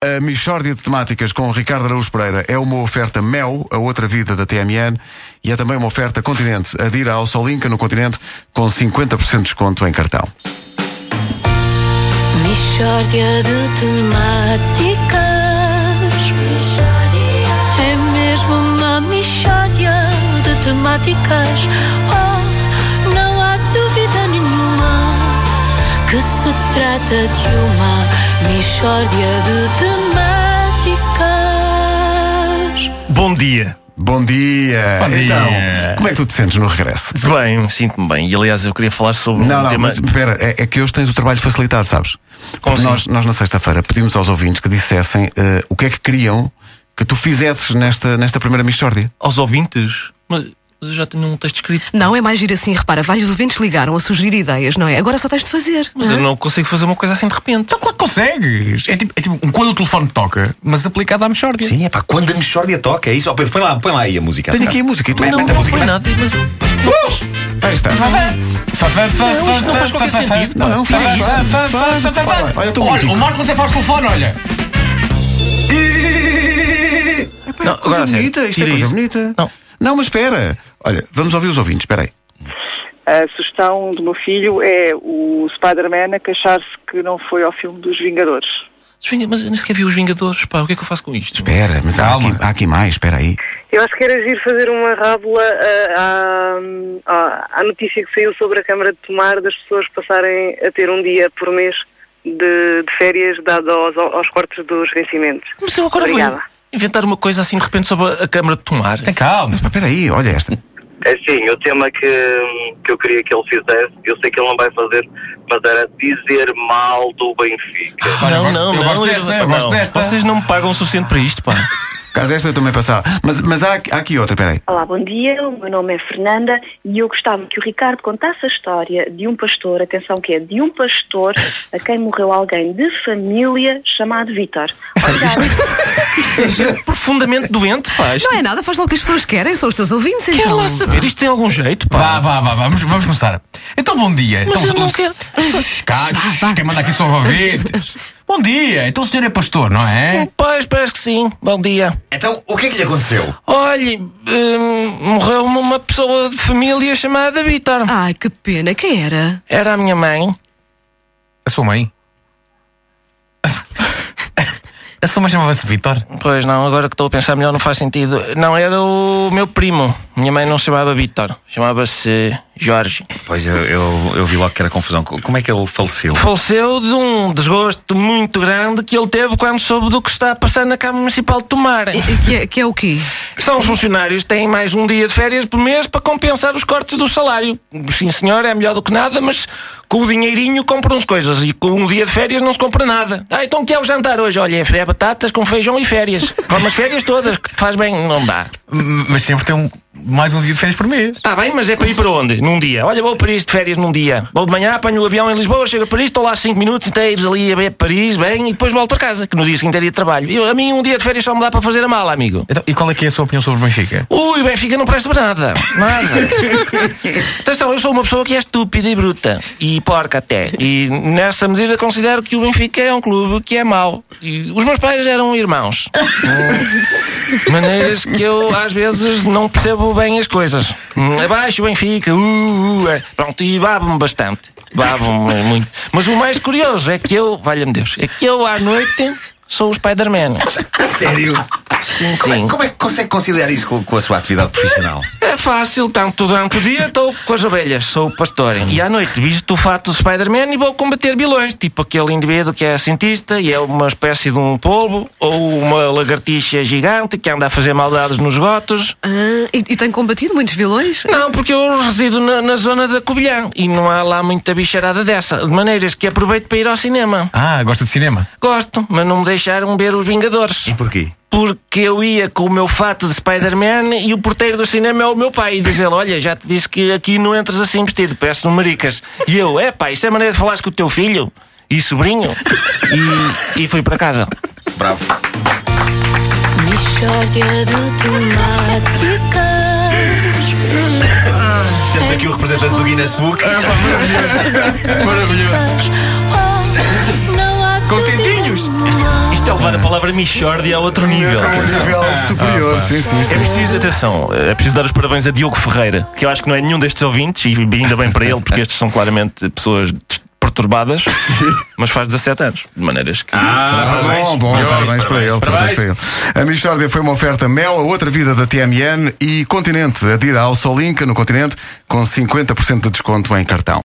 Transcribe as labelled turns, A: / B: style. A: A Michórdia de Temáticas com o Ricardo Araújo Pereira é uma oferta Mel, a outra vida da TMN, e é também uma oferta Continente. Adira ao Solinca no Continente com 50% de desconto em cartão.
B: Mishória de temáticas É mesmo uma mishória de temáticas Oh, não há dúvida nenhuma Que se trata de uma mishória de temáticas
C: Bom dia.
A: Bom dia!
C: Bom dia.
A: então, como é que tu te sentes no regresso?
C: Bem, sinto-me bem. E aliás, eu queria falar sobre
A: Não,
C: um
A: não,
C: tema.
A: mas espera, é, é que hoje tens o trabalho facilitado, sabes?
C: Como assim?
A: nós, nós na sexta-feira pedimos aos ouvintes que dissessem eh, o que é que queriam que tu fizesses nesta, nesta primeira Michórdia.
C: Aos ouvintes. Mas, mas eu já tenho um texto escrito.
D: Não, é mais giro assim, repara, vários ouvintes ligaram a sugerir ideias, não é? Agora só tens de fazer.
C: Mas
D: não é?
C: eu não consigo fazer uma coisa assim de repente.
E: Então claro que consegues. É tipo, é tipo um quando o telefone toca, mas aplicado à mexórdia.
F: Sim, é pá, quando a Michórdia toca, é isso. Ó Pedro, põe lá, põe lá aí a música.
A: Tenho aqui a música e tu
F: Mete,
C: Não,
F: mete a
C: não
F: música,
C: foi
F: mete.
E: é?
C: nada. Mas,
A: Aí está.
E: Fa, fa, fa,
C: Não,
E: fa,
C: isto não
E: fa,
C: faz
E: fa,
C: qualquer
E: fa, fa.
C: sentido,
A: pá. Não,
E: Fa,
A: faz
E: fa,
A: isso.
E: fa, fa, fa, fa, fa.
A: Olha, olha, eu tô
E: Olha,
A: contigo.
E: o Marco até faz telefone, olha.
C: não, agora a
A: coisa
C: sério,
A: bonita, isto é
C: tira
A: coisa
C: isso.
A: bonita.
C: Não.
A: não, mas espera. Olha, vamos ouvir os ouvintes, espera aí.
G: A sugestão do meu filho é o Spider-Man a queixar-se que não foi ao filme dos Vingadores.
C: Os Vinga- Mas eu nem sequer vi os Vingadores. Pá, o que é que eu faço com isto?
A: Espera, mas há aqui,
E: Calma.
A: há aqui mais, espera aí.
H: Eu acho que era giro fazer uma rábula ah, à, à- à notícia que saiu sobre a Câmara de Tomar das pessoas passarem a ter um dia por mês de, de férias dado aos, aos cortes dos vencimentos.
C: Mas eu agora vou
H: Obrigada.
C: inventar uma coisa assim de repente sobre a- a Câmara de Tomar.
E: Tem calma.
A: Mas pá, espera aí, olha esta.
I: É sim, o tema que, que eu queria que ele fizesse, eu sei que ele não vai fazer, mas era dizer mal do Benfica.
E: Olha,
C: Não,
E: eu gosto-
C: não,
E: eu
C: não.
E: gosto desta, eu gosto
C: não.
E: desta.
C: Vocês não me pagam o suficiente para isto, pá.
A: Caso esta eu também passava. Mas, mas há, aqui- há aqui outra, espera aí.
J: Olá, bom dia. O meu nome é Fernanda e eu gostava que o Ricardo contasse a história de um pastor, atenção que é de um pastor a quem morreu alguém de família chamado Vítor. Obrigada.
C: Profundamente doente, pá. Isto
D: Não é nada, faz lá o que as pessoas querem, são os teus ouvintes,
C: Quero
D: então.
C: lá saber. Isto tem algum jeito,
E: Vá,
C: pá.
E: vá, vá, vamos, vamos começar. Então, bom dia.
C: Mas
E: então,
C: eu não
E: se-
C: quero.
E: Shh, cá, shh, Quem manda aqui são ouvintes. Bom dia. Então o senhor é pastor, não é?
C: Hum, Pois, parece que sim. Bom dia.
F: Então, o que é que lhe aconteceu?
C: Olhe, hum, morreu-me uma pessoa de família chamada Vitor.
D: Ai, que pena, quem era?
C: Era a minha mãe.
E: A sua mãe. A sua mãe chamava-se Vitor.
C: Pois não, agora que estou a pensar melhor não faz sentido. Não, era o meu primo. Minha mãe não se chamava Vitor, chamava-se Jorge.
F: Pois, eu, eu, eu vi logo que era confusão. Co- Como é que ele faleceu?
C: Faleceu de um desgosto muito grande que ele teve quando soube do que está a passar na Câmara Municipal de Tomar.
D: E- e Que é, que é o quê?
C: São os funcionários que têm mais um dia de férias por mês para compensar os cortes do salário. Sim, senhor, é melhor do que nada, mas com o dinheirinho compram-se coisas e com um dia de férias não se compra nada. Ah, então o que é o jantar hoje? Olha, é batatas com feijão e férias. Come as férias todas, que faz bem, não dá.
E: M- Mas sempre tem um, mais um dia de férias por mês.
C: Está bem, mas é para ir para onde? Num dia. Olha, vou a Paris de férias num dia. Vou de manhã, apanho o avião em Lisboa, chego a Paris, estou lá cinco minutos inteiros ali a ver Paris, bem, e depois volto para casa, que no dia seguinte é dia de trabalho. Eu, a mim um dia de férias só me dá para fazer a mala, amigo.
E: Então, e qual é que é a sua opinião sobre o Benfica?
C: Ui, o Benfica não presta para nada. Nada. Atenção, eu sou uma pessoa que é estúpida e bruta. E porca até. E nessa medida considero que o Benfica é um clube que é mau. E os meus pais eram irmãos. Hum, De maneiras que eu, às vezes, não percebo bem as coisas. Hum, Abaixo o Benfica. Uh, uh, é. Pronto, e babo-me bastante. Babo-me muito. Mas o mais curioso é que eu, valha-me Deus, é que eu à noite sou o Spider-Man.
F: A sério?
C: Sim, sim.
F: Como é, como é que consegue conciliar isso com, com a sua atividade profissional?
C: É fácil, tanto durante o um dia estou com as abelhas, sou o pastor. E à noite visto o fato do Spider-Man e vou combater vilões, tipo aquele indivíduo que é cientista e é uma espécie de um polvo, ou uma lagartixa gigante que anda a fazer maldades nos gotos.
D: Ah, e, e tem combatido muitos vilões?
C: Não, porque eu resido na, na zona da Covilhã e não há lá muita bicharada dessa, de maneiras que aproveito para ir ao cinema.
E: Ah, gosta de cinema.
C: Gosto, mas não me deixaram ver os Vingadores.
F: E porquê?
C: Porque eu ia com o meu fato de Spider-Man e o porteiro do cinema é o meu pai. E diz ele: Olha, já te disse que aqui não entras assim vestido, parece um maricas. E eu: É pá, isso é maneira de falares com o teu filho e sobrinho. E, e fui para casa.
F: Bravo.
B: Mishória de temáticas
F: Temos aqui o representante do Guinness Book.
E: Maravilhoso.
B: Oh, não há
E: Contentinhos!
C: Isto é levar a palavra Michordi a outro nível.
A: Mesmo
C: atenção.
A: um nível superior, sim, sim, sim.
C: É preciso, atenção, é preciso dar os parabéns a Diogo Ferreira, que eu acho que não é nenhum destes ouvintes, e ainda bem para ele, porque estes são claramente pessoas des- perturbadas, mas faz 17 anos, de maneiras que.
E: Ah,
A: Bom, bom, parabéns, para ele, parabéns para ele. A Michórdia foi uma oferta Mel, a outra vida da TMN e Continente. Adira ao Solinka no Continente com 50% de desconto em cartão.